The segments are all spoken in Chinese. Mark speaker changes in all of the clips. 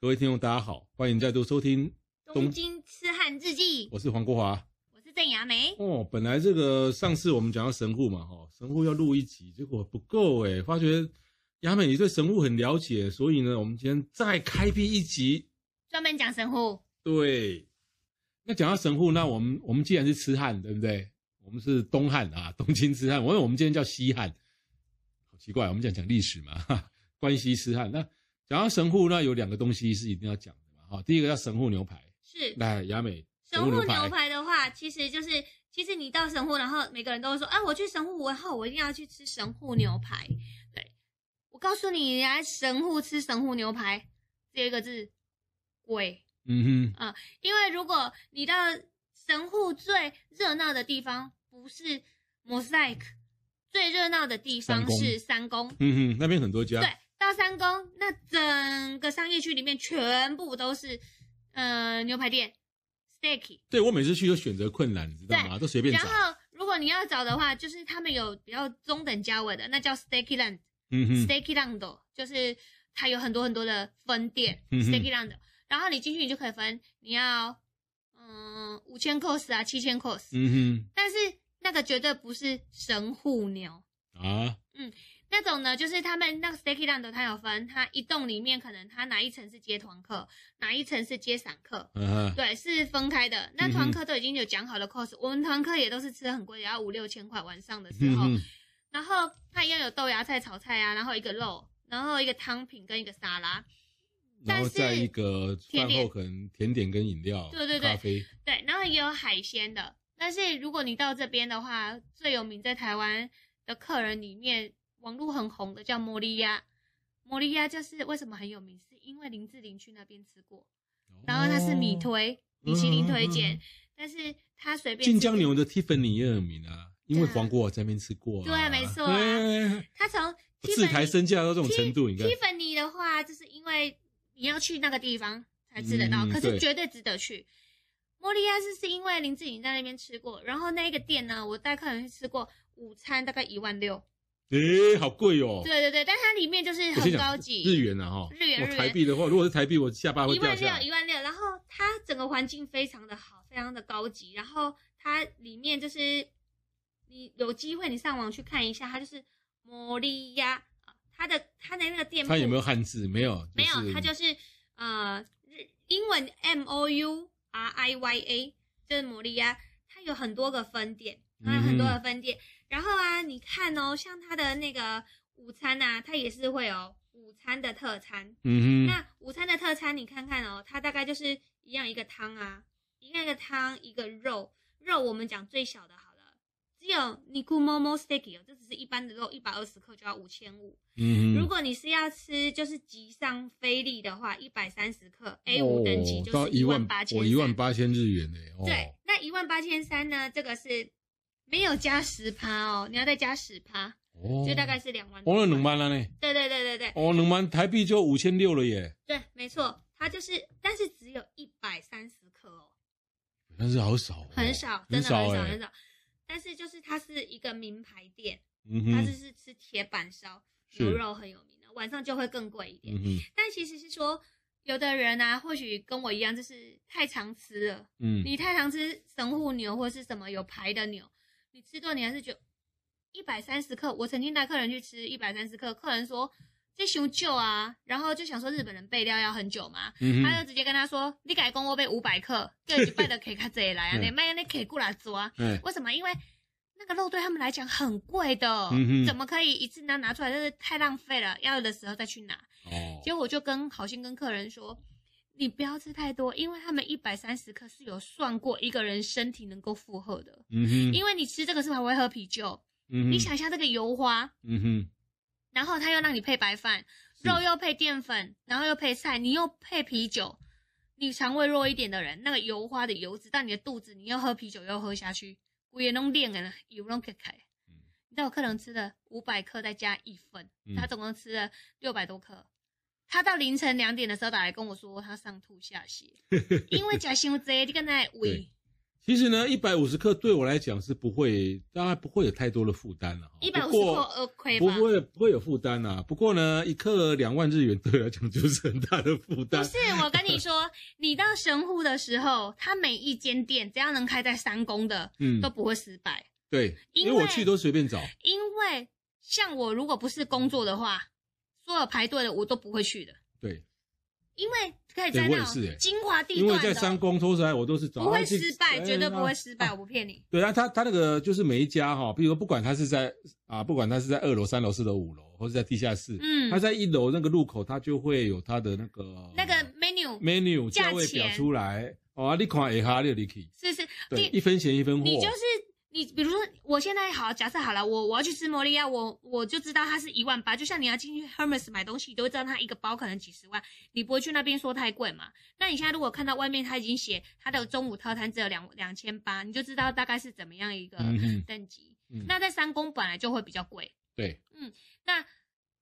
Speaker 1: 各位听众，大家好，欢迎再度收听，
Speaker 2: 东京痴汉日记，
Speaker 1: 我是黄国华。
Speaker 2: 我是郑雅梅。
Speaker 1: 哦，本来这个上次我们讲到神户嘛，哦，神户要录一集，结果不够哎，发觉雅美你对神户很了解，所以呢，我们今天再开辟一集。
Speaker 2: 专门讲神户，
Speaker 1: 对，那讲到神户，那我们我们既然是痴汉，对不对？我们是东汉啊，东京痴汉。我我们今天叫西汉，好奇怪，我们讲讲历史嘛，哈，关西痴汉。那讲到神户，那有两个东西是一定要讲的嘛，哈、第一个叫神户牛排，
Speaker 2: 是
Speaker 1: 来雅美，
Speaker 2: 神户牛排的话，其实就是，其实你到神户，然后每个人都会说，啊，我去神户，我后我一定要去吃神户牛排。对，我告诉你，你来神户吃神户牛排，只有一个字，贵。
Speaker 1: 嗯
Speaker 2: 因为如果你到神户最热闹的地方不是 Mosaic，最热闹的地
Speaker 1: 三
Speaker 2: 方
Speaker 1: 宫
Speaker 2: 是三宫
Speaker 1: 哼，。嗯哼，那边很多家，
Speaker 2: 对，到三宫那整个商业区里面全部都是呃牛排店，steak。
Speaker 1: 对我每次去都选择困难，你知道吗？都随便
Speaker 2: 然
Speaker 1: 找。
Speaker 2: 后如果你要找的话，就是他们有比较中等价位的，那叫 steak land、
Speaker 1: 嗯哼，
Speaker 2: steak land，就是它有很多很多的分店、
Speaker 1: 嗯哼
Speaker 2: steak land。然后你进去你就可以分，你要嗯五千 cos 啊，七千 cos，、
Speaker 1: 嗯
Speaker 2: 但是那个绝对不是神户牛。
Speaker 1: 哼，啊，
Speaker 2: 那种呢，就是他们那个 Sticky Land 它有分，它一栋里面可能它哪一层是接团客，哪一层是接散客，
Speaker 1: 嗯哼，
Speaker 2: 对，是分开的。
Speaker 1: 嗯
Speaker 2: 那团客都已经有讲好了 cost，、我们团客也都是吃很贵的，要五六千块晚上的时
Speaker 1: 嗯
Speaker 2: 候。
Speaker 1: 哼，
Speaker 2: 然后它一样有豆芽菜、炒菜啊，然后一个肉，然后一个汤品跟一个沙拉。
Speaker 1: 然后再一个
Speaker 2: 甜
Speaker 1: 饭
Speaker 2: 点
Speaker 1: 后可能甜点跟饮料，
Speaker 2: 对对对
Speaker 1: 咖啡，
Speaker 2: 对，然后也有海鲜的。但是如果你到这边的话，最有名在台湾的客人里面，网络很红的叫摩利亚。摩利亚就是为什么很有名，是因为林志玲去那边吃过，然后它是米
Speaker 1: 哦。
Speaker 2: 推，米其林推
Speaker 1: 嗯
Speaker 2: 荐，
Speaker 1: 嗯嗯
Speaker 2: 但是它随便
Speaker 1: 晋江
Speaker 2: 吃
Speaker 1: 牛的 Tiffany 也很名啊，因为黄国华在那边吃过啊。
Speaker 2: 对没错啊
Speaker 1: 对
Speaker 2: 它从
Speaker 1: 哦自抬身价到这种程度，你看，
Speaker 2: Tiffany 的话，就是因为你要去那个地方才吃得到，
Speaker 1: 嗯
Speaker 2: 可是
Speaker 1: 对
Speaker 2: 绝对值得去。莫利亚是是因为林志颖在那边吃过，然后那一个店呢，我带客人去吃过，午餐大概一万六，
Speaker 1: 哦诶，好贵哦。
Speaker 2: 对对对，但它里面就是
Speaker 1: 我先
Speaker 2: 很
Speaker 1: 讲
Speaker 2: 高级，
Speaker 1: 日元啊哈，
Speaker 2: 日元
Speaker 1: 我
Speaker 2: 日元
Speaker 1: 台币的话，如果是台币，我下巴会
Speaker 2: 一
Speaker 1: 掉
Speaker 2: 万
Speaker 1: 下
Speaker 2: 六
Speaker 1: 来
Speaker 2: 一。万六，然后它整个环境非常的好，非常的高级，然后它里面就是你有机会你上网去看一下，它就是摩利亚，啊它的它的那个店铺
Speaker 1: 它有没有汉字？没有，
Speaker 2: 没有，它就是呃日英文 M O U R I Y A，就是摩利亚，它有很多个分店，它有很多个分店。然后啊，你看哦，像它的那个午餐啊，它也是会有午餐的特餐。
Speaker 1: 嗯哼，
Speaker 2: 那午餐的特餐，你看看哦，它大概就是一样一个汤啊，一样一个汤，一个肉，肉我们讲最小的好了，只有尼库莫莫 steak 哦，这只是一般的肉，一百二十克就要五千五。
Speaker 1: 嗯
Speaker 2: 如
Speaker 1: 哼，
Speaker 2: 果你是要吃就是极上菲力的话，一百三十克 A 五等级就
Speaker 1: 哦到
Speaker 2: 是一万
Speaker 1: 万
Speaker 2: 八千，
Speaker 1: 我一万。八千日元呢。哦
Speaker 2: 对，那一万八千三呢？这个是没有加十趴哦，你要再加十趴，
Speaker 1: 哦，
Speaker 2: 就大概是两万多
Speaker 1: 哦，
Speaker 2: 块。
Speaker 1: 那两万了呢？
Speaker 2: 对对对对对
Speaker 1: 哦，两万台币就五千六了耶，
Speaker 2: 对，没错，它就是，但是只有一百三十克哦，
Speaker 1: 但是好少哦，
Speaker 2: 很少，真
Speaker 1: 很
Speaker 2: 的很少
Speaker 1: 哎
Speaker 2: 很。少。但是就是它是一个名牌店，
Speaker 1: 嗯
Speaker 2: 它就
Speaker 1: 哼，
Speaker 2: 是吃铁板烧
Speaker 1: 是
Speaker 2: 牛肉很有名的，晚上就会更贵一点。
Speaker 1: 嗯哼，
Speaker 2: 但其实是说，有的人啊，或许跟我一样，就是太常吃了。
Speaker 1: 嗯，
Speaker 2: 你太常吃神户牛或是什么有牌的牛，你吃多，你还是觉得一百三十克。我曾经带客人去吃一百三十克，客人说这熊旧啊，然后就想说日本人备料要很久嘛，
Speaker 1: 嗯
Speaker 2: 他
Speaker 1: 哼，
Speaker 2: 就直接跟他说，你改工我备五百克，就一半的 K 卡这来 啊，
Speaker 1: 嗯
Speaker 2: 你卖那 K 过来抓，
Speaker 1: 哎，
Speaker 2: 为什么？因为那个肉对他们来讲很贵的，
Speaker 1: 嗯哼
Speaker 2: 怎么可以一次拿拿出来？就是太浪费了，要的时候再去拿。
Speaker 1: 哦，
Speaker 2: 结果我就跟好心跟客人说，你不要吃太多，因为他们一百三十克是有算过一个人身体能够负荷的，
Speaker 1: 嗯哼，
Speaker 2: 因为你吃这个是不是还会喝啤酒，
Speaker 1: 嗯哼
Speaker 2: 你，想一下这个油花，
Speaker 1: 嗯哼，
Speaker 2: 然后他又让你配白饭，
Speaker 1: 是
Speaker 2: 肉又配淀粉，然后又配菜，你又配啤酒，你肠胃弱一点的人，那个油花的油脂到你的肚子，你又喝啤酒又喝下去，我也弄练了，油弄开开。你知道我客人吃了五百克，再加一份，
Speaker 1: 嗯
Speaker 2: 他总共吃了六百多克。他到凌晨两点的时候打来跟我说，他上吐下 泻，因为假胸贼，你跟那胃
Speaker 1: 对其实呢，一百五十克对我来讲是不会，当然不会有太多的负担了哈。
Speaker 2: 一百五
Speaker 1: 不
Speaker 2: 十克
Speaker 1: 过
Speaker 2: 呃亏
Speaker 1: 不
Speaker 2: 吧？
Speaker 1: 会不会有负担呐、不过呢，一克两万日元对我来讲就是很大的负
Speaker 2: 不
Speaker 1: 担。
Speaker 2: 是，我跟你说，你到神户的时候，他每一间店只要能开在三宫的，
Speaker 1: 嗯
Speaker 2: 都，不会失败。
Speaker 1: 对，
Speaker 2: 因
Speaker 1: 因
Speaker 2: 为
Speaker 1: 为我去都随便找。
Speaker 2: 因为像我如果不是工作的话，所有排队的我都不会去的，
Speaker 1: 对，
Speaker 2: 因为可以
Speaker 1: 对
Speaker 2: 在
Speaker 1: 我
Speaker 2: 那
Speaker 1: 也是
Speaker 2: 种
Speaker 1: 欸
Speaker 2: 精华地
Speaker 1: 因为
Speaker 2: 段
Speaker 1: 在
Speaker 2: 的，
Speaker 1: 三公偷来，我都是找
Speaker 2: 不
Speaker 1: 啊
Speaker 2: 会
Speaker 1: 这
Speaker 2: 失败，
Speaker 1: 哎
Speaker 2: 绝对
Speaker 1: 那
Speaker 2: 不会失败，我不骗你。
Speaker 1: 对啊，他他那个就是每一家哈、比如说不管他是在啊，不管他是在二楼、三楼、四楼、五楼，或是在地下室，
Speaker 2: 嗯
Speaker 1: 他在一楼那个入口，他就会有他的那个
Speaker 2: 那个 menu
Speaker 1: menu
Speaker 2: 价
Speaker 1: 价位
Speaker 2: 钱
Speaker 1: 表出来。哦，啊，你看一下，你就去。
Speaker 2: 是是，
Speaker 1: 对，
Speaker 2: 你
Speaker 1: 一分钱一分货。
Speaker 2: 你就是你，比如说我现在好，假设好了，我我要去吃摩利亚，我我就知道它是一万八，就像你要进去 Hermes 买东西，你都会知道它一个包可能几十万，你不会去那边说太贵嘛。那你现在如果看到外面它已经写它的中午套餐只有两两千八，你就知道大概是怎么样一个
Speaker 1: 嗯哼
Speaker 2: 等级。
Speaker 1: 嗯
Speaker 2: 那在三宫本来就会比较贵，嗯
Speaker 1: 对，
Speaker 2: 那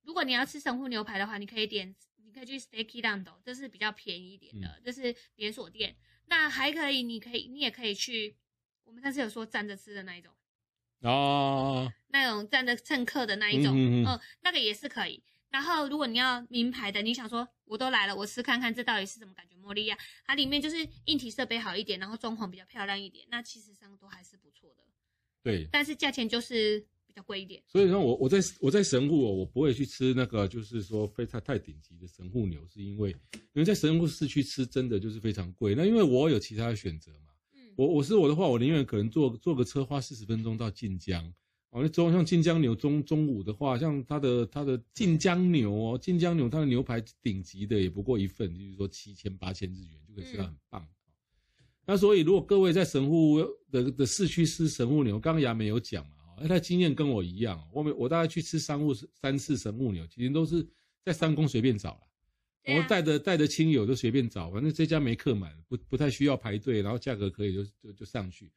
Speaker 2: 如果你要吃神户牛排的话，你可以点，你可以去 Steaky Dando，这是比较便宜一点
Speaker 1: 嗯
Speaker 2: 的，这是连锁店。那还可以，你可以，你也可以去，我们上次有说站着吃的那一种，
Speaker 1: 哦，
Speaker 2: 那种站着蹭客的那一种，
Speaker 1: 嗯嗯
Speaker 2: 嗯
Speaker 1: 嗯
Speaker 2: 那个也是可以。然后如果你要名牌的，你想说我都来了，我吃看看这到底是什么感觉，莫利亚，它里面就是硬体设备好一点，然后装潢比较漂亮一点，那其实上都还是不错的，
Speaker 1: 对，
Speaker 2: 但是价钱就是比较贵一点。
Speaker 1: 所以说我我在我在神户、哦，我不会去吃那个，就是说非常太顶级的神户牛，是因为因为在神户市区吃真的就是非常贵。那因为我有其他的选择嘛，
Speaker 2: 嗯，
Speaker 1: 我我是我的话，我宁愿可能坐坐个车花四十分钟到晋江。哦，那中像晋江牛中中午的话，像它的它的晋江牛哦，晋江牛它的牛排顶级的也不过一份，就是说七千八千日元就可以吃到很棒。那所以如果各位在神户的的市区吃神户牛，刚刚雅美有讲嘛，哦，那他经验跟我一样，我每我大概去吃三户三次神户牛，其实都是在三宫随便找啦。
Speaker 2: 对
Speaker 1: 我
Speaker 2: 啊，
Speaker 1: 带着带着亲友就随便找，反正这家没客满，不不太需要排队，然后价格可以就就就上去。哦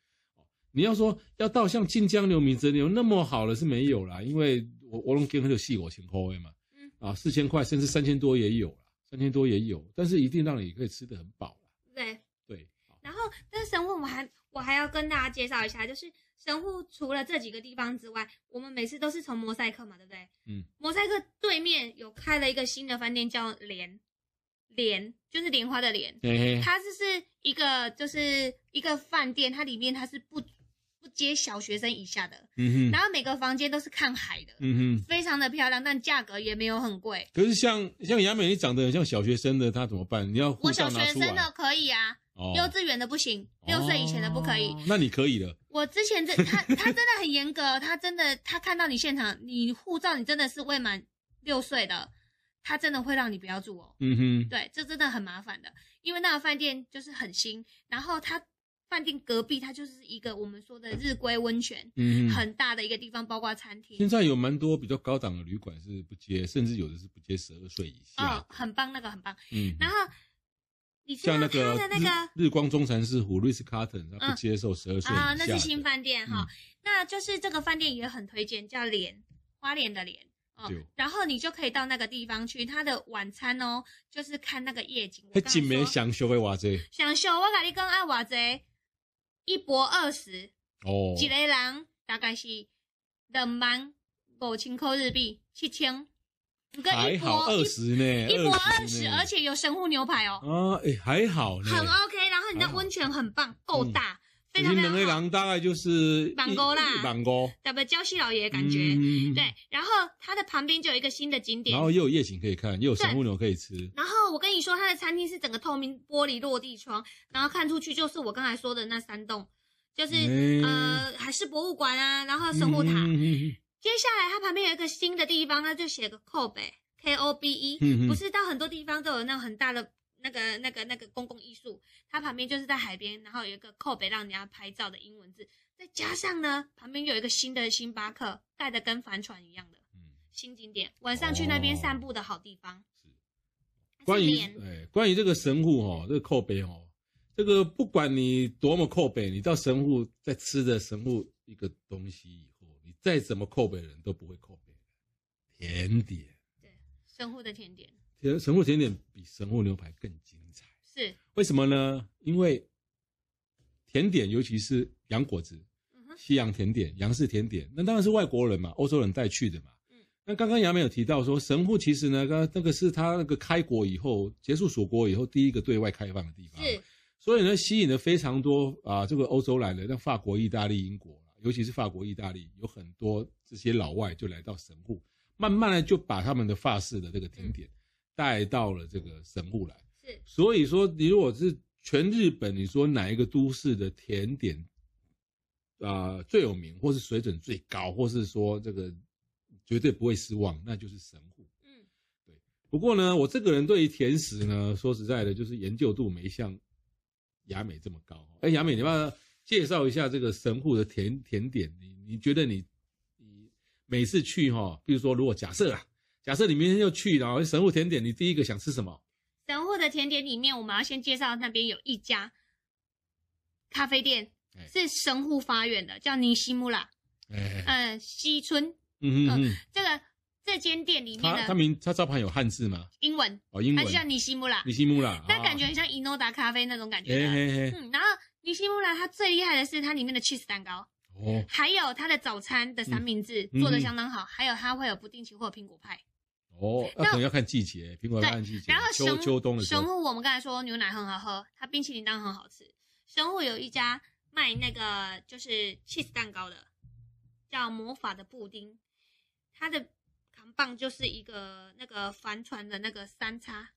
Speaker 1: 你要说要到像晋江牛、米泽牛那么好了是没有啦，因为我我龙跟很有细我情口味嘛
Speaker 2: 嗯，
Speaker 1: 啊，四千块甚至三千多也有啦，三千多也有，但是一定让你可以吃得很饱啦。
Speaker 2: 对。
Speaker 1: 对，好
Speaker 2: 然后，但是神户我还我还要跟大家介绍一下，就是神户除了这几个地方之外，我们每次都是从摩赛克嘛，对不对？
Speaker 1: 嗯。
Speaker 2: 摩赛克对面有开了一个新的饭店，叫莲莲，就是莲花的莲。
Speaker 1: 嘿嘿，
Speaker 2: 它就是一个就是一个饭店，它里面它是不不接小学生以下的，
Speaker 1: 嗯哼，
Speaker 2: 然后每个房间都是看海的，
Speaker 1: 嗯哼。
Speaker 2: 非常的漂亮，但价格也没有很贵。
Speaker 1: 可是像像雅美，你长得很像小学生的，他怎么办？你要护
Speaker 2: 我小
Speaker 1: 照拿
Speaker 2: 学
Speaker 1: 出
Speaker 2: 生
Speaker 1: 来
Speaker 2: 的。可以啊，
Speaker 1: 哦
Speaker 2: 幼稚园的不行，六岁以前的不可以。
Speaker 1: 哦那你可以了。
Speaker 2: 我之前这他他真的很严格，哦他真的他看到你现场，你护照你真的是未满六岁的，他真的会让你不要住哦。
Speaker 1: 嗯哼，
Speaker 2: 对，这真的很麻烦的，因为那个饭店就是很新，然后他饭店隔壁它就是一个我们说的日归温泉，
Speaker 1: 嗯哼，
Speaker 2: 很大的一个地方，包括餐厅
Speaker 1: 现，在有蛮多比较高档的旅馆是不接，甚至有的是不接十二岁以下。
Speaker 2: 哦，很棒，那个很棒。
Speaker 1: 嗯，
Speaker 2: 然后你知道
Speaker 1: 像那
Speaker 2: 他
Speaker 1: 个
Speaker 2: 的那个
Speaker 1: 日日光中禅寺湖 （Ritz Carlton），它
Speaker 2: 嗯
Speaker 1: 不接受十二岁以
Speaker 2: 啊、
Speaker 1: 下。
Speaker 2: 那是新。饭店哈、
Speaker 1: 嗯
Speaker 2: 那就是这个饭店也很推荐，叫莲花莲的莲哦
Speaker 1: 对。
Speaker 2: 然后你就可以到那个地方去，它的晚餐哦，就是看那个夜景。我
Speaker 1: 那
Speaker 2: 刚刚
Speaker 1: 景美
Speaker 2: 说
Speaker 1: 享受的话这
Speaker 2: 享受，我跟你讲爱偌济，一博二十，
Speaker 1: 哦，
Speaker 2: 一个人大概是两万五千块日币，七千。不过
Speaker 1: 还
Speaker 2: 一
Speaker 1: 好
Speaker 2: 博
Speaker 1: 二十呢，
Speaker 2: 一一博二十，
Speaker 1: 呢
Speaker 2: 而且有神户牛排哦，
Speaker 1: 啊，哎还好呢，
Speaker 2: 很 OK。然后你的
Speaker 1: 还好
Speaker 2: 温泉很棒，够大，非
Speaker 1: 你
Speaker 2: 常
Speaker 1: 们
Speaker 2: 非
Speaker 1: 两个
Speaker 2: 常好，
Speaker 1: 人大概就是
Speaker 2: 网购啦
Speaker 1: 网购
Speaker 2: 咱们礁溪老爷的感觉。
Speaker 1: 嗯
Speaker 2: 对，然后它的旁边就有一个新的景点
Speaker 1: 然。后又有夜景可以看，又有神户牛可以吃，
Speaker 2: 然后我跟你说，它的餐厅是整个透明玻璃落地窗，然后看出去就是我刚才说的那三栋，就是、
Speaker 1: 嗯
Speaker 2: 呃海事博物馆啊，然后神户塔。
Speaker 1: 嗯嗯嗯嗯
Speaker 2: 接下来它旁边有一个新的地方，它就写个 Kobe K O B E，、
Speaker 1: 嗯嗯
Speaker 2: 不是到很多地方都有那种很大的那个那个那个公共艺术，它旁边就是在海边，然后有一个 Kobe 让人家拍照的英文字，再加上呢旁边有一个新的星巴克，盖的跟帆船一样的。
Speaker 1: 嗯
Speaker 2: 新景点，晚上去那边
Speaker 1: 哦
Speaker 2: 散步的好地方。
Speaker 1: 关于
Speaker 2: 是莲
Speaker 1: 哎，关于这个神户哦，这个扣杯哦，这个不管你多么扣杯，你到神户再吃的神户一个东西以后，你再怎么扣杯人都不会扣杯甜点，
Speaker 2: 神户的甜点
Speaker 1: 甜神户甜点比神户牛排更精彩。
Speaker 2: 是，
Speaker 1: 为什么呢？因为甜点，尤其是洋果子、
Speaker 2: 嗯哼，
Speaker 1: 西洋甜点、洋式甜点，那当然是外国人嘛，欧洲人带去的嘛。
Speaker 2: 嗯
Speaker 1: 那刚刚杨梅有提到说，神户其实呢，刚那个是他那个开国以后结束锁国以后第一个对外开放的地方，
Speaker 2: 是，
Speaker 1: 所以呢，吸引了非常多啊，这个欧洲来的，像法国、意大利、英国啊，尤其是法国、意大利，有很多这些老外就来到神户，慢慢的就把他们的法式的这个甜
Speaker 2: 嗯
Speaker 1: 点带到了这个神户来。
Speaker 2: 是，
Speaker 1: 所以说，你如果是全日本，你说哪一个都市的甜点啊、呃最有名，或是水准最高，或是说这个绝对不会失望，那就是神户。
Speaker 2: 嗯，
Speaker 1: 不过呢，我这个人对于甜食呢，说实在的，就是研究度没像雅美这么高。哎，雅美，你要不要介绍一下这个神户的甜甜点？你你觉得你你每次去哈、比如说如果假设啊，假设你明天就去，然后神户甜点，你第一个想吃什么？
Speaker 2: 神户的甜点里面，我们要先介绍那边有一家咖啡店
Speaker 1: 哎，
Speaker 2: 是神户发源的，叫尼西木拉，
Speaker 1: 哎，
Speaker 2: 呃，西村。
Speaker 1: 嗯哼哼，
Speaker 2: 这个这间店里面
Speaker 1: 他他
Speaker 2: 的
Speaker 1: 名他招牌有汉字吗？
Speaker 2: 英文，
Speaker 1: 哦，英
Speaker 2: 它
Speaker 1: 文
Speaker 2: 就。叫尼西木拉，
Speaker 1: 尼西木啦，
Speaker 2: 但
Speaker 1: 啊
Speaker 2: 感觉很像伊诺达咖啡那种感觉
Speaker 1: 嘿
Speaker 2: 的。
Speaker 1: 嘿嘿，
Speaker 2: 嗯，然后尼西木拉它最厉害的是它里面的 cheese 蛋糕，
Speaker 1: 哦，
Speaker 2: 还有它的早餐的三明治
Speaker 1: 嗯
Speaker 2: 做的相当好，还有它会有不定期或苹果派。
Speaker 1: 哦，那
Speaker 2: 嗯那
Speaker 1: 可能要看季节，苹果要看季节，
Speaker 2: 然后
Speaker 1: 秋
Speaker 2: 神
Speaker 1: 秋冬的时
Speaker 2: 神
Speaker 1: 候，
Speaker 2: 户我们刚才说牛奶很好喝，它冰淇淋当然很好吃。神户有一家卖那个就是 cheese 蛋糕的，叫魔法的布丁，它的扛棒就是一个那个帆船的那个三叉，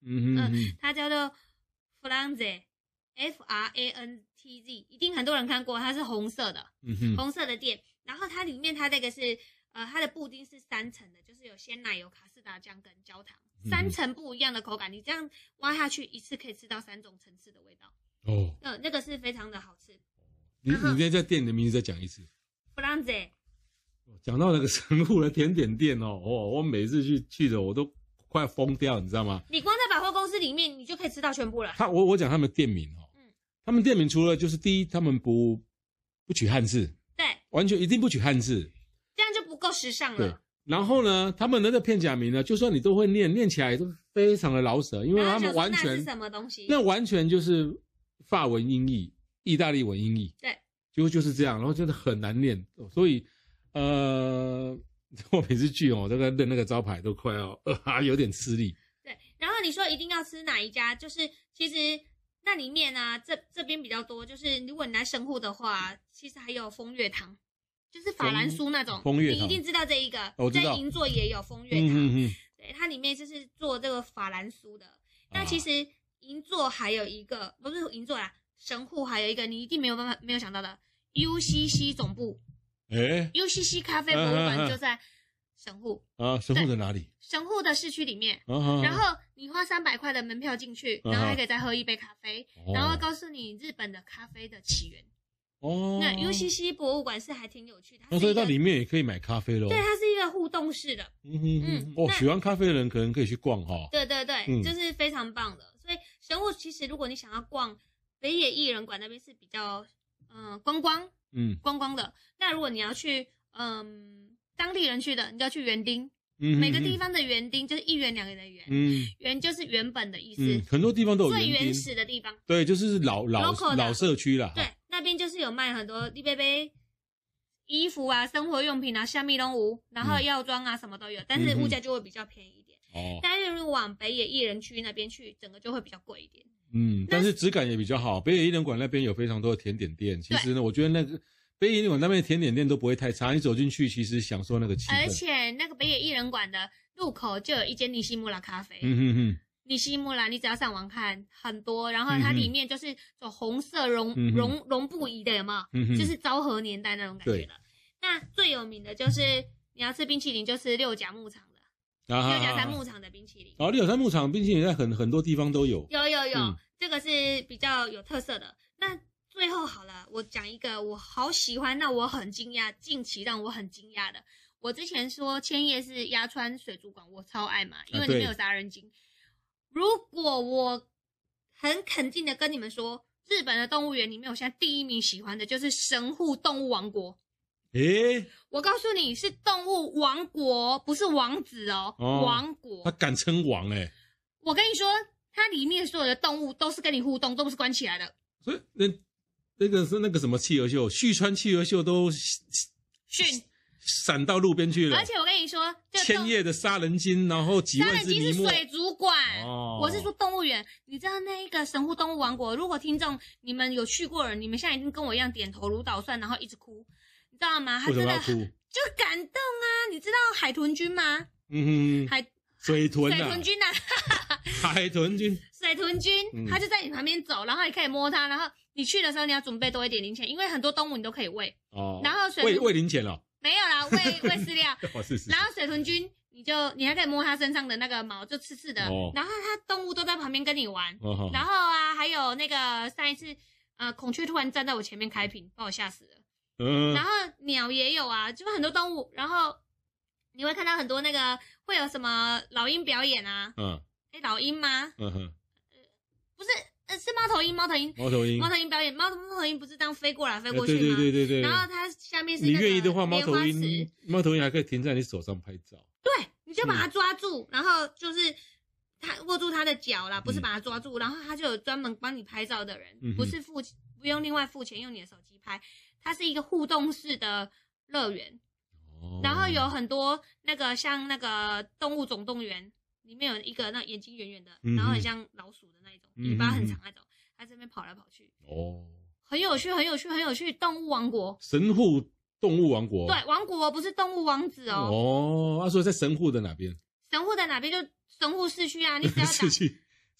Speaker 1: 嗯哼哼，
Speaker 2: 它叫做 Franz，F R A N T Z，一定很多人看过，它是红色的，
Speaker 1: 嗯哼，
Speaker 2: 红色的店。然后它里面它这个是呃，它的布丁是三层的，就是有鲜奶油、卡士达酱跟焦糖，
Speaker 1: 嗯
Speaker 2: 三层不一样的口感，你这样挖下去一次可以吃到三种层次的味道，
Speaker 1: 哦，
Speaker 2: 嗯、那个是非常的好吃。
Speaker 1: 你
Speaker 2: 然后
Speaker 1: 你在这店的名字再讲一次。
Speaker 2: Franz，
Speaker 1: 讲到那个神户的甜点店哦，哦，我每次去去的我都快疯掉，你知道吗？
Speaker 2: 你光在百货公司里面你就可以吃到全部了。
Speaker 1: 他我我讲他们店名哦
Speaker 2: 嗯，
Speaker 1: 他们店名除了就是第一，他们不不取汉字，
Speaker 2: 对，
Speaker 1: 完全一定不取汉字，
Speaker 2: 这样就不够时尚
Speaker 1: 对
Speaker 2: 了。。
Speaker 1: 然后呢，他们的那片假名呢，就算你都会念，念起来都非常的老舍，因为
Speaker 2: 然
Speaker 1: 他
Speaker 2: 后想
Speaker 1: 们
Speaker 2: 啊说
Speaker 1: 完
Speaker 2: 那
Speaker 1: 全
Speaker 2: 是什么东西？
Speaker 1: 那完全就是法文音译、意大利文音译，
Speaker 2: 对，
Speaker 1: 就就是这样，然后真的很难念，所以呃， 我每次去哦，这个认那个招牌都快要 啊、有点吃力。
Speaker 2: 对，然后你说一定要吃哪一家，就是其实那里面呢、啊这这边比较多，就是如果你来神户的话，其实还有风月堂，就是法兰苏那种
Speaker 1: 风风月
Speaker 2: 你
Speaker 1: 堂
Speaker 2: 一定知道这一个，
Speaker 1: 哦我知道
Speaker 2: 在银座也有风月
Speaker 1: 嗯
Speaker 2: 堂，
Speaker 1: 嗯嗯，
Speaker 2: 对，它里面就是做这个法兰苏的。那其
Speaker 1: 啊
Speaker 2: 实银座还有一个，不是银座啦，神户还有一个你一定没有办法没有想到的 UCC 总部
Speaker 1: 哎
Speaker 2: ，UCC 咖啡博物
Speaker 1: 嗯嗯嗯
Speaker 2: 馆就在神户，
Speaker 1: 啊，神户在哪里？
Speaker 2: 神户的市区里面。
Speaker 1: 啊啊，啊
Speaker 2: 然后你花三百块的门票进去，
Speaker 1: 嗯
Speaker 2: 然后还可以再喝一杯咖啡，然后
Speaker 1: 哦
Speaker 2: 告诉你日本的咖啡的起源。
Speaker 1: 哦，
Speaker 2: 那 UCC 博物馆是还挺有趣的，它
Speaker 1: 哦，
Speaker 2: 是
Speaker 1: 所
Speaker 2: 一
Speaker 1: 以到
Speaker 2: 个
Speaker 1: 里面也可以买咖啡喽。
Speaker 2: 对，它是一个互动式的，
Speaker 1: 嗯哼哼
Speaker 2: 嗯，
Speaker 1: 哦，
Speaker 2: 那
Speaker 1: 喜欢咖啡的人可能可以去逛哈。
Speaker 2: 对对对，
Speaker 1: 嗯
Speaker 2: 就是非常棒的。所以神户其实如果你想要逛北野艺人馆那边是比较嗯、呃观光
Speaker 1: 嗯
Speaker 2: 观光的，那如果你要去嗯、当地人去的，你就要去园丁，
Speaker 1: 嗯，
Speaker 2: 每个地
Speaker 1: 方，
Speaker 2: 方的园丁 就是一元两元的元，
Speaker 1: 嗯
Speaker 2: 园就是原本的意思，
Speaker 1: 嗯，很多地方都有
Speaker 2: 最
Speaker 1: 园
Speaker 2: 原
Speaker 1: 丁，
Speaker 2: 始的地方。
Speaker 1: 对，就是老老
Speaker 2: local 的
Speaker 1: 老社区啦。
Speaker 2: 对，那边就是有卖很多立贝贝衣服啊、生活用品啊、夏密龙屋，然后
Speaker 1: 嗯
Speaker 2: 药妆啊什么都有，但是
Speaker 1: 嗯哼
Speaker 2: 物价就会比较便宜一点。
Speaker 1: 哦，
Speaker 2: 但是如果往北野艺人区那边去，整个就会比较贵一点。
Speaker 1: 嗯，但
Speaker 2: 那
Speaker 1: 是质感也比较好。北野艺人馆那边有非常多的甜点店，其
Speaker 2: 对
Speaker 1: 实呢，我觉得那个北野艺人馆那边的甜点店都不会太差，你走进去其实享受那个气
Speaker 2: 而
Speaker 1: 氛。
Speaker 2: 且那个北野艺人馆的入口就有一间尼西木拉咖啡，
Speaker 1: 嗯哼哼，
Speaker 2: 尼西木拉你只要上网看很多，然后它里面就是有红色绒
Speaker 1: 嗯哼
Speaker 2: 绒绒布椅的，有没有？
Speaker 1: 嗯哼，
Speaker 2: 就是昭和年代那种感觉
Speaker 1: 对
Speaker 2: 了。那最有名的就是你要吃冰淇淋，就吃六甲牧场的
Speaker 1: 啊
Speaker 2: 六甲山
Speaker 1: 啊
Speaker 2: 牧场的冰淇淋。
Speaker 1: 啊哦，六甲山牧场冰淇淋在很很多地方都有。
Speaker 2: 有有有，
Speaker 1: 嗯
Speaker 2: 这个是比较有特色的。那最后好了，我讲一个我好喜欢，那我很惊讶，近期让我很惊讶的。我之前说千叶是鸭川水族馆，我超爱嘛，因
Speaker 1: 啊
Speaker 2: 为里
Speaker 1: 对
Speaker 2: 面有杀人鲸。如果我很肯定的跟你们说，日本的动物园里面，我现在第一名喜欢的就是神户动物王国。
Speaker 1: 诶，
Speaker 2: 我告诉你是动物王国，不是王子哦，
Speaker 1: 哦
Speaker 2: 王
Speaker 1: 他
Speaker 2: 国。
Speaker 1: 敢称王诶，
Speaker 2: 我跟你说，它里面所有的动物都是跟你互动，都不是关起来的。
Speaker 1: 所以那那个是那个什么企鹅秀，旭川企鹅秀都
Speaker 2: 训，
Speaker 1: 闪到路边去了
Speaker 2: 而，且我跟你说，就
Speaker 1: 千
Speaker 2: 动
Speaker 1: 叶的杀人鲸，然后几
Speaker 2: 当
Speaker 1: 万
Speaker 2: 然已
Speaker 1: 只
Speaker 2: 经
Speaker 1: 尼
Speaker 2: 是
Speaker 1: 莫，
Speaker 2: 水族馆。
Speaker 1: 哦
Speaker 2: 我是说动物园，你知道那一个神户动物王国，如果听众你们有去过了，你们现在已经跟我一样点头如捣蒜，然后一直哭，你知道吗？他
Speaker 1: 为什
Speaker 2: 真
Speaker 1: 么
Speaker 2: 的
Speaker 1: 要哭？
Speaker 2: 就感动啊！你知道海豚君吗？
Speaker 1: 嗯哼，
Speaker 2: 海
Speaker 1: 水豚
Speaker 2: 水
Speaker 1: 啊
Speaker 2: 豚，君呐、
Speaker 1: 海豚君，
Speaker 2: 水豚君
Speaker 1: 嗯，
Speaker 2: 它就在你旁边走，然后你可以摸它，然后你去的时候你要准备多一点零钱，因为很多动物你都可以喂。
Speaker 1: 哦，
Speaker 2: 然后水
Speaker 1: 喂
Speaker 2: 豚
Speaker 1: 喂零钱了，
Speaker 2: 没有啦，喂喂饲料，
Speaker 1: 哦是是，
Speaker 2: 然后水豚君你就你还可以摸它身上的那个毛，就刺刺的
Speaker 1: 哦，
Speaker 2: 然后它动物都在旁边跟你玩。
Speaker 1: 哦好
Speaker 2: 然后啊，还有那个上一次，呃，孔雀突然站在我前面开屏，把我吓死了。
Speaker 1: 嗯
Speaker 2: 然后鸟也有啊，就是很多动物，然后你会看到很多那个会有什么老鹰表演啊？
Speaker 1: 嗯
Speaker 2: 哎，老鹰吗？
Speaker 1: 嗯哼，
Speaker 2: 不是，呃，是猫头鹰，猫头鹰，
Speaker 1: 猫头鹰
Speaker 2: 猫，头鹰表演，猫猫头鹰不是这样飞过来飞
Speaker 1: 哎
Speaker 2: 过
Speaker 1: 对
Speaker 2: 去
Speaker 1: 嗯
Speaker 2: 吗？
Speaker 1: 对对对对，
Speaker 2: 然后它下面是
Speaker 1: 你
Speaker 2: 那个
Speaker 1: 愿意的话，猫
Speaker 2: 莲
Speaker 1: 头
Speaker 2: 花
Speaker 1: 鹰
Speaker 2: 池，
Speaker 1: 猫头鹰还可以停在你手上拍照，
Speaker 2: 对，你就把
Speaker 1: 嗯
Speaker 2: 它抓住，然后就是它握住它的脚啦，不是
Speaker 1: 嗯
Speaker 2: 把它抓住，然后它就有专门帮你拍照的人，
Speaker 1: 嗯哼
Speaker 2: 不是付不用另外付钱，用你的手机拍，它是一个互动式的乐园，
Speaker 1: 哦
Speaker 2: 然后有很多那个像那个动物总动员里面有一个那眼睛圆圆的，
Speaker 1: 嗯哼
Speaker 2: 然后很像老鼠的那一种，
Speaker 1: 嗯哼
Speaker 2: 尾巴很长那种，它这边跑来跑去，
Speaker 1: 哦，
Speaker 2: 很有趣，很有趣，很有趣，动物王国。
Speaker 1: 神户动物王国，
Speaker 2: 对，王国不是动物王子哦，
Speaker 1: 哦，他说在神户的哪边？
Speaker 2: 神户在哪边就神户市区啊，你 只要打
Speaker 1: 是去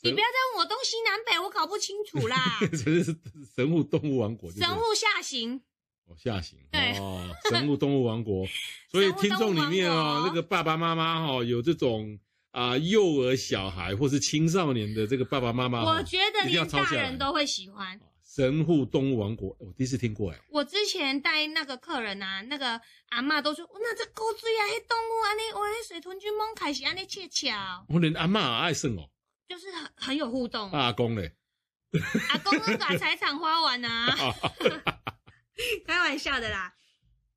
Speaker 2: 你
Speaker 1: 神。
Speaker 2: 不要再问我东西南北，我搞不清楚啦
Speaker 1: 神是神户动物王国，就是
Speaker 2: 神户下行，
Speaker 1: 哦下行
Speaker 2: 对
Speaker 1: 哦，神户动物王 国。所以听众里面哦，
Speaker 2: 神户动物王国
Speaker 1: 那个爸爸妈妈哈，有这种啊、幼儿小孩或是青少年的这个爸爸妈妈哦，
Speaker 2: 我觉得
Speaker 1: 一定要
Speaker 2: 连
Speaker 1: 抄
Speaker 2: 大
Speaker 1: 下来啊
Speaker 2: 人都会喜欢。
Speaker 1: 神户动物王国，我第一次听过哎，
Speaker 2: 我之前带那个客人啊，那个阿嬷都说，哦那这狗嘴啊，那动物啊，那我那水豚君蒙凯西啊，那恰巧
Speaker 1: 我连阿嬷也爱剩哦，
Speaker 2: 就是很很有互动。
Speaker 1: 阿公嘞，
Speaker 2: 阿公跟把财产花完 啊，开玩笑的啦。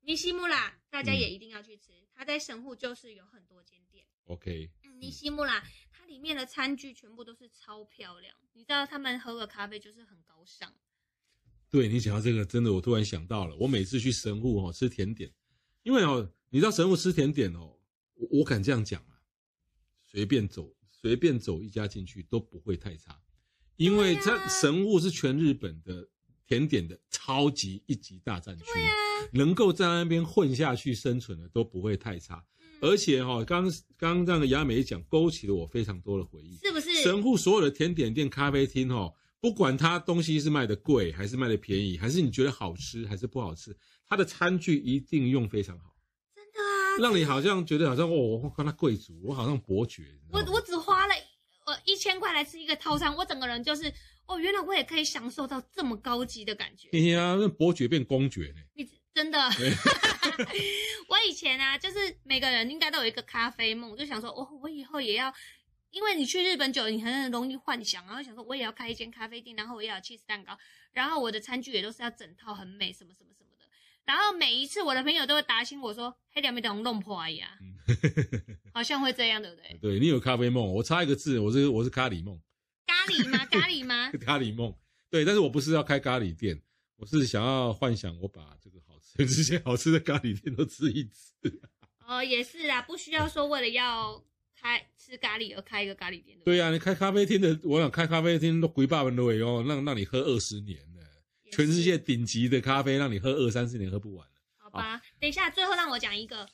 Speaker 2: 尼西木啦，大家
Speaker 1: 嗯
Speaker 2: 也一定要去吃，它在神户就是有很多间店。
Speaker 1: OK，
Speaker 2: 嗯尼西木啦，它里面的餐具全部都是超漂亮，你知道他们喝个咖啡就是很高尚。
Speaker 1: 对你讲到这个，真的我突然想到了，我每次去神户哦吃甜点，因为哦，你知道神户吃甜点哦，我我敢这样讲啊，随便走随便走一家进去都不会太差，因为
Speaker 2: 对
Speaker 1: 它
Speaker 2: 啊
Speaker 1: 神户是全日本的甜点的超级一级大战区，
Speaker 2: 对啊，
Speaker 1: 能够在那边混下去生存的都不会太差，
Speaker 2: 嗯
Speaker 1: 而且哈、哦，刚刚刚那个雅美一讲，勾起了我非常多的回忆。
Speaker 2: 是不是？
Speaker 1: 神户所有的甜点店、咖啡厅哦，不管它东西是卖的贵还是卖的便宜，还是你觉得好吃还是不好吃，它的餐具一定用非常好，
Speaker 2: 真的啊，
Speaker 1: 让你好像觉得好像哦，我看他贵族，我好像伯爵。你知道
Speaker 2: 我
Speaker 1: 吗
Speaker 2: 我只花了呃一千块来吃一个套餐，我整个人就是哦，原来我也可以享受到这么高级的感觉。
Speaker 1: 哎呀，那伯爵变公爵呢？
Speaker 2: 你真的， 我以前啊，就是每个人应该都有一个咖啡梦，就想说，哦，我以后也要，因为你去日本久了，你很容易幻想，然后想说我也要开一间咖啡店，然后我也要 cheese 蛋糕，然后我的餐具也都是要整套很美，什么什么什么的。然后每一次我的朋友都会打醒我说，黑两米等弄破啊呀，好像会这样，对不对？
Speaker 1: 对你有咖啡梦，我差一个字，我是我是咖喱梦，
Speaker 2: 咖喱吗？咖喱吗？
Speaker 1: 咖喱梦。对，但是我不是要开咖喱店，我是想要幻想我把这个好吃这些好吃的咖喱店都吃一吃。
Speaker 2: 哦，也是啊，不需要说为了要开吃咖喱而开一个咖喱店，对不对
Speaker 1: 对啊呀、你开咖啡厅的，我想开咖啡厅都鬼爸们都有，让让你喝二十年呢，
Speaker 2: 也是
Speaker 1: 全世界顶级的咖啡让你喝二三十年喝不完了。
Speaker 2: 好吧，等一下，最后让我讲一个，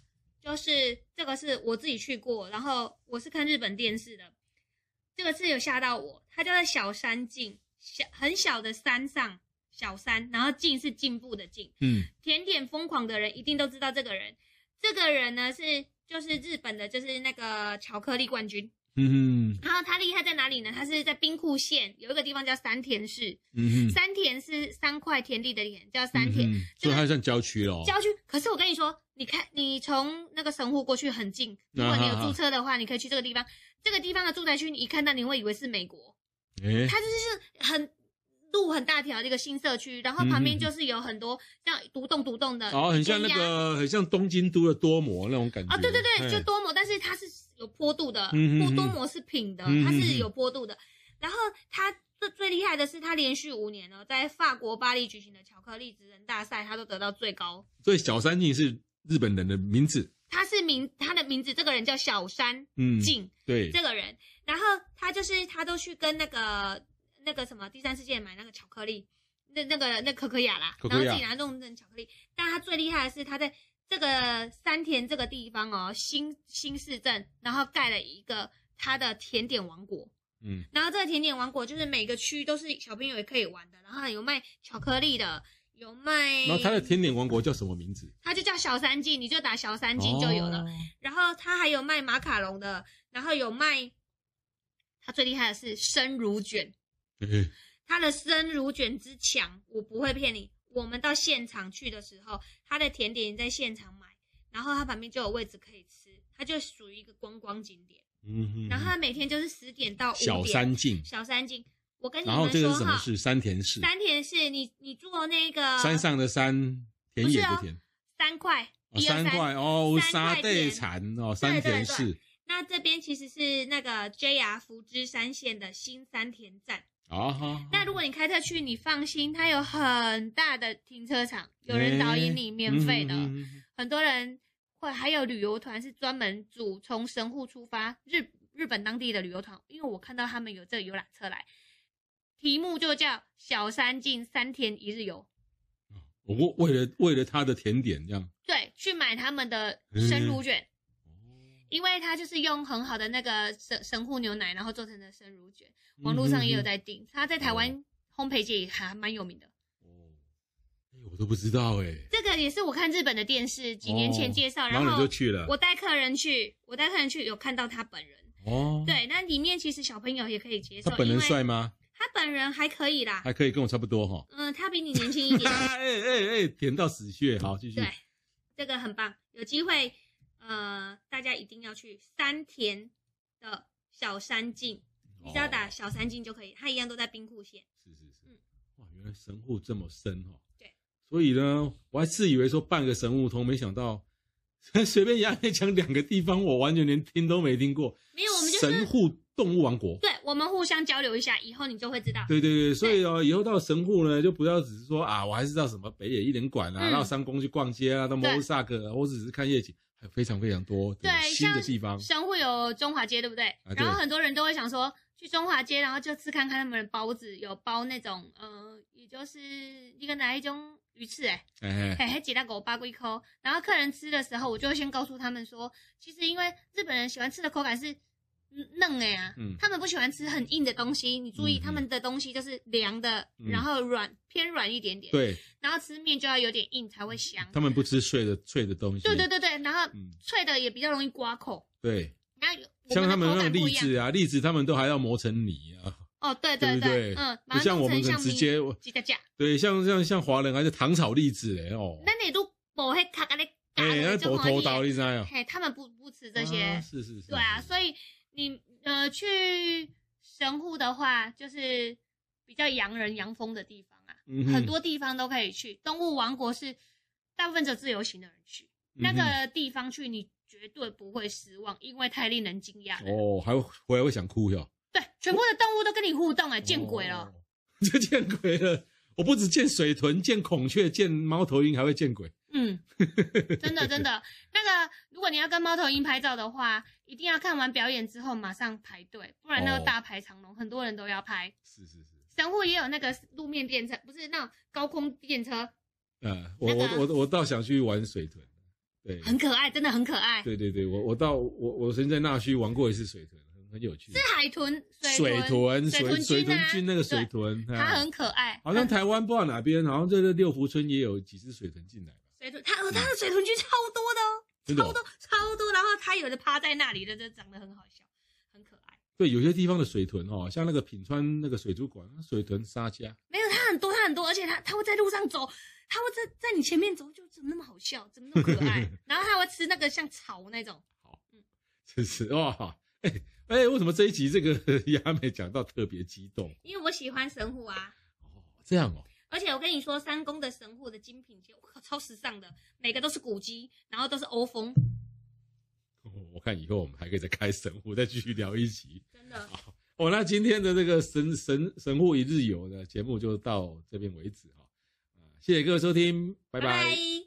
Speaker 2: 就是这个是我自己去过，然后我是看日本电视的，这个是有吓到我，它叫做小山径，小很小的山上小山，然后进是进步的进，
Speaker 1: 嗯，
Speaker 2: 甜点疯狂的人一定都知道这个人，这个人呢是就是日本的，就是那个巧克力冠军，
Speaker 1: 嗯哼，
Speaker 2: 然后它厉害在哪里呢？它是在兵库县有一个地方叫三田市，
Speaker 1: 嗯哼，
Speaker 2: 三田是三块田地的田，叫三田。
Speaker 1: 嗯哼，所以它算郊区咯。
Speaker 2: 郊区。可是我跟你说，你看，你从那个神户过去很近，如果你有租车的话，你可以去这个地方。这个地方的住宅区，你一看到你会以为是美国，
Speaker 1: 诶，
Speaker 2: 它就是很路很大条的一个新社区，然后旁边就是有很多像独栋独栋的
Speaker 1: 哦，很像那
Speaker 2: 人家
Speaker 1: 个，很像东京都的多摩那种感觉。
Speaker 2: 哦，对对对，
Speaker 1: 嘿
Speaker 2: 就多摩，但是它是有坡度的，
Speaker 1: 嗯哼
Speaker 2: 坡
Speaker 1: 哼
Speaker 2: 多摩是平的，
Speaker 1: 嗯哼
Speaker 2: 它
Speaker 1: 哼
Speaker 2: 是有坡度的。然后它最最厉害的是，它连续五年呢，在法国巴黎举行的巧克力职人大赛，它都得到最高。
Speaker 1: 所以小山径是日本人的名字。
Speaker 2: 他是名，他的名字，这个人叫小山
Speaker 1: 嗯，
Speaker 2: 静，
Speaker 1: 对，
Speaker 2: 这个人，然后他就是他都去跟那个那个什么第三世界买那个巧克力，那那个那可可亚啦，
Speaker 1: 可可
Speaker 2: 然
Speaker 1: 亚
Speaker 2: 后自己拿弄成巧克力。但他最厉害的是他在这个山田这个地方哦，新新市镇，然后盖了一个他的甜点王国。
Speaker 1: 嗯
Speaker 2: 然后这个甜点王国就是每个区都是小朋友也可以玩的，然后有卖巧克力的，有卖，
Speaker 1: 然后它的甜点王国叫什么名字？
Speaker 2: 它就叫小三季，你就打小三季就有了。
Speaker 1: 哦。
Speaker 2: 然后他还有卖马卡龙的，然后有卖，他最厉害的是生乳卷，
Speaker 1: 诶
Speaker 2: 他的生乳卷之强，我不会骗你。我们到现场去的时候，他的甜点在现场买，然后他旁边就有位置可以吃，它就属于一个观光景点。
Speaker 1: 嗯哼，
Speaker 2: 然后他每天就是十点到五点。
Speaker 1: 小山径，
Speaker 2: 小三径，我跟你
Speaker 1: 然后
Speaker 2: 们
Speaker 1: 这个
Speaker 2: 说
Speaker 1: 是什么
Speaker 2: 哈，
Speaker 1: 市？山田市，
Speaker 2: 山田是你你坐那个
Speaker 1: 山上的山，田野的
Speaker 2: 不
Speaker 1: 田，
Speaker 2: 三块
Speaker 1: 哦
Speaker 2: 一二
Speaker 1: 三
Speaker 2: 三
Speaker 1: 块哦，
Speaker 2: 三
Speaker 1: 沙
Speaker 2: 块
Speaker 1: 地
Speaker 2: 田
Speaker 1: 产哦，山田市
Speaker 2: 那这边其实是那个 JR 福知山线的新山田站。
Speaker 1: 啊哈。
Speaker 2: 那如果你开车去，你放心，它有很大的停车场，有人导引你，免费的。
Speaker 1: 嗯嗯
Speaker 2: 很多人会还有旅游团是专门组从神户出发日日本当地的旅游团，因为我看到他们有这个游览车来，题目就叫“小山进三天一日游
Speaker 1: 我嗯我为了为了他的甜点这样，”，
Speaker 2: 对，去买他们的生
Speaker 1: 嗯
Speaker 2: 乳卷。因为它就是用很好的那个神神户牛奶，然后做成的生乳卷，网络上也
Speaker 1: 嗯
Speaker 2: 有在订。它在台湾烘焙界也还蛮有名的。
Speaker 1: 哦，哎我都不知道哎。
Speaker 2: 这个也是我看日本的电视几年前介绍，
Speaker 1: 哦然
Speaker 2: 然
Speaker 1: 后你
Speaker 2: 后
Speaker 1: 就去了
Speaker 2: 我带客人去，我带客人去有看到他本人。
Speaker 1: 哦。，
Speaker 2: 对，那里面其实小朋友也可以接受，
Speaker 1: 他本人
Speaker 2: 因
Speaker 1: 帅
Speaker 2: 为
Speaker 1: 吗？
Speaker 2: 他本人还可以啦。
Speaker 1: 还可以跟我差不多哈。
Speaker 2: 嗯、他比你年轻一 点，
Speaker 1: 哎哎哎，甜到死穴，好继续
Speaker 2: 对。，这个很棒，有机会，呃，大家一定要去山田的小山径，你只要
Speaker 1: 哦
Speaker 2: 打小山径就可以，它一样都在兵库县。
Speaker 1: 是是是
Speaker 2: 嗯，
Speaker 1: 哇，原来神户这么深哦。
Speaker 2: 对，
Speaker 1: 所以呢，我还自以为说半个神户通，没想到 随便杨妹讲两个地方，我完全连听都没听过。
Speaker 2: 没有，我们就
Speaker 1: 神
Speaker 2: 是
Speaker 1: 户动物王国。
Speaker 2: 对，我们互相交流一下，以后你就会知道。
Speaker 1: 对对对，所以哦，以后到神户呢，就不要只是说啊，我还是到什么北野一连馆啊，
Speaker 2: 嗯
Speaker 1: 到三宫去逛街啊，到
Speaker 2: 对
Speaker 1: m o s a 啊，或者只是看夜景，还有非常非常多的
Speaker 2: 对
Speaker 1: 新的
Speaker 2: 像
Speaker 1: 地方。啊
Speaker 2: 神户有中华街，对不对？
Speaker 1: 对
Speaker 2: 然后很多人都会想说，去中华街，然后就吃看看他们的包子，有包那种，呃，也就是一个哪一种鱼翅、 欸，
Speaker 1: 哎，
Speaker 2: 嘿，还几大狗八龟抠。然后客人吃的时候，我就会先告诉他们说，其实因为日本人喜欢吃的口感是嫩哎、啊，
Speaker 1: 嗯
Speaker 2: 他们不喜欢吃很硬的东西。你注意，
Speaker 1: 嗯嗯
Speaker 2: 他们的东西就是凉的，
Speaker 1: 嗯
Speaker 2: 然后软偏软一点点，
Speaker 1: 对
Speaker 2: 然后吃面就要有点硬才会香。
Speaker 1: 他们不吃脆的 脆的东西。
Speaker 2: 对对，对对，然后
Speaker 1: 嗯，
Speaker 2: 脆的也比较容易刮口。
Speaker 1: 对，
Speaker 2: 然后我
Speaker 1: 像他们
Speaker 2: 的口
Speaker 1: 那种
Speaker 2: 感
Speaker 1: 栗
Speaker 2: 不一样
Speaker 1: 子啊，栗子他们都还要磨成泥啊。
Speaker 2: 哦，对
Speaker 1: 对不对
Speaker 2: 对，嗯，
Speaker 1: 不像我们可能直接
Speaker 2: 鸡架架，
Speaker 1: 对，像像像华人还是糖炒栗子嘞哦，
Speaker 2: 那你都不会卡个嘞，
Speaker 1: 哎、那头
Speaker 2: 就可以
Speaker 1: 头啊刀你知道吗？
Speaker 2: 嘿，他们不不吃这些，
Speaker 1: 啊是是是，
Speaker 2: 对啊，所以你呃去神户的话，就是比较洋人洋风的地方啊，
Speaker 1: 以
Speaker 2: 很多地方都可以去。动物王国是大部分只有自由行的人去，
Speaker 1: 嗯
Speaker 2: 那个地方去你绝对不会失望，因为太令人惊讶了。
Speaker 1: 哦，还会回来会想哭哟，
Speaker 2: 对，全部的动物都跟你互动哎、见鬼了！
Speaker 1: 哦， 就见鬼了！我不止见水豚，见孔雀，见猫头鹰，还会见鬼。
Speaker 2: 嗯，真的真的，那个如果你要跟猫头鹰拍照的话，一定要看完表演之后马上排队，不然那
Speaker 1: 哦
Speaker 2: 个大排长龙，很多人都要拍。
Speaker 1: 是是是，
Speaker 2: 神户也有那个路面电车，不是那种高空电车，
Speaker 1: 呃，我
Speaker 2: 那
Speaker 1: 我
Speaker 2: 个
Speaker 1: 我我倒想去玩水豚，对
Speaker 2: 很可爱，真的很可爱。
Speaker 1: 对对对，我我到我我曾经在那须玩过一次水豚，很很有趣。
Speaker 2: 海豚、
Speaker 1: 水
Speaker 2: 豚，
Speaker 1: 豚
Speaker 2: 啊水
Speaker 1: 水
Speaker 2: 豚
Speaker 1: 水
Speaker 2: 菌
Speaker 1: 豚
Speaker 2: 啊
Speaker 1: 菌那个水
Speaker 2: 对
Speaker 1: 豚，
Speaker 2: 它
Speaker 1: 啊
Speaker 2: 很可爱。
Speaker 1: 好像台湾不知道哪边，好像在这六福村也有几只水豚进来吧，
Speaker 2: 水豚，它哦，它的水豚菌超多的哦，
Speaker 1: 真的哦
Speaker 2: 超多超多。然后它有的趴在那里的，这长得很好笑，很可爱。
Speaker 1: 对，有些地方的水豚哦，像那个品川那个水族馆，水豚沙虾，
Speaker 2: 没有，它很多，它很多，而且它它会在路上走，它会在在你前面走，就怎么那么好笑，怎么那么可 爱？然后它会吃那个像草那种，
Speaker 1: 真 是哇！哎哎，为什么这一集这个 雅美讲到特别激动？
Speaker 2: 因为我喜欢神户啊。
Speaker 1: 哦，这样哦，
Speaker 2: 而且我跟你说，三宫的神户的精品街，我靠， 超时尚的，每个都是古迹，然后都是欧风，
Speaker 1: 哦我看以后我们还可以再开神户，再继续聊一集。
Speaker 2: 真的。
Speaker 1: 好，哦，那今天的这个神神神哦户一日游的节目就到这边为止哈、啊，谢谢各位收听，拜拜
Speaker 2: 拜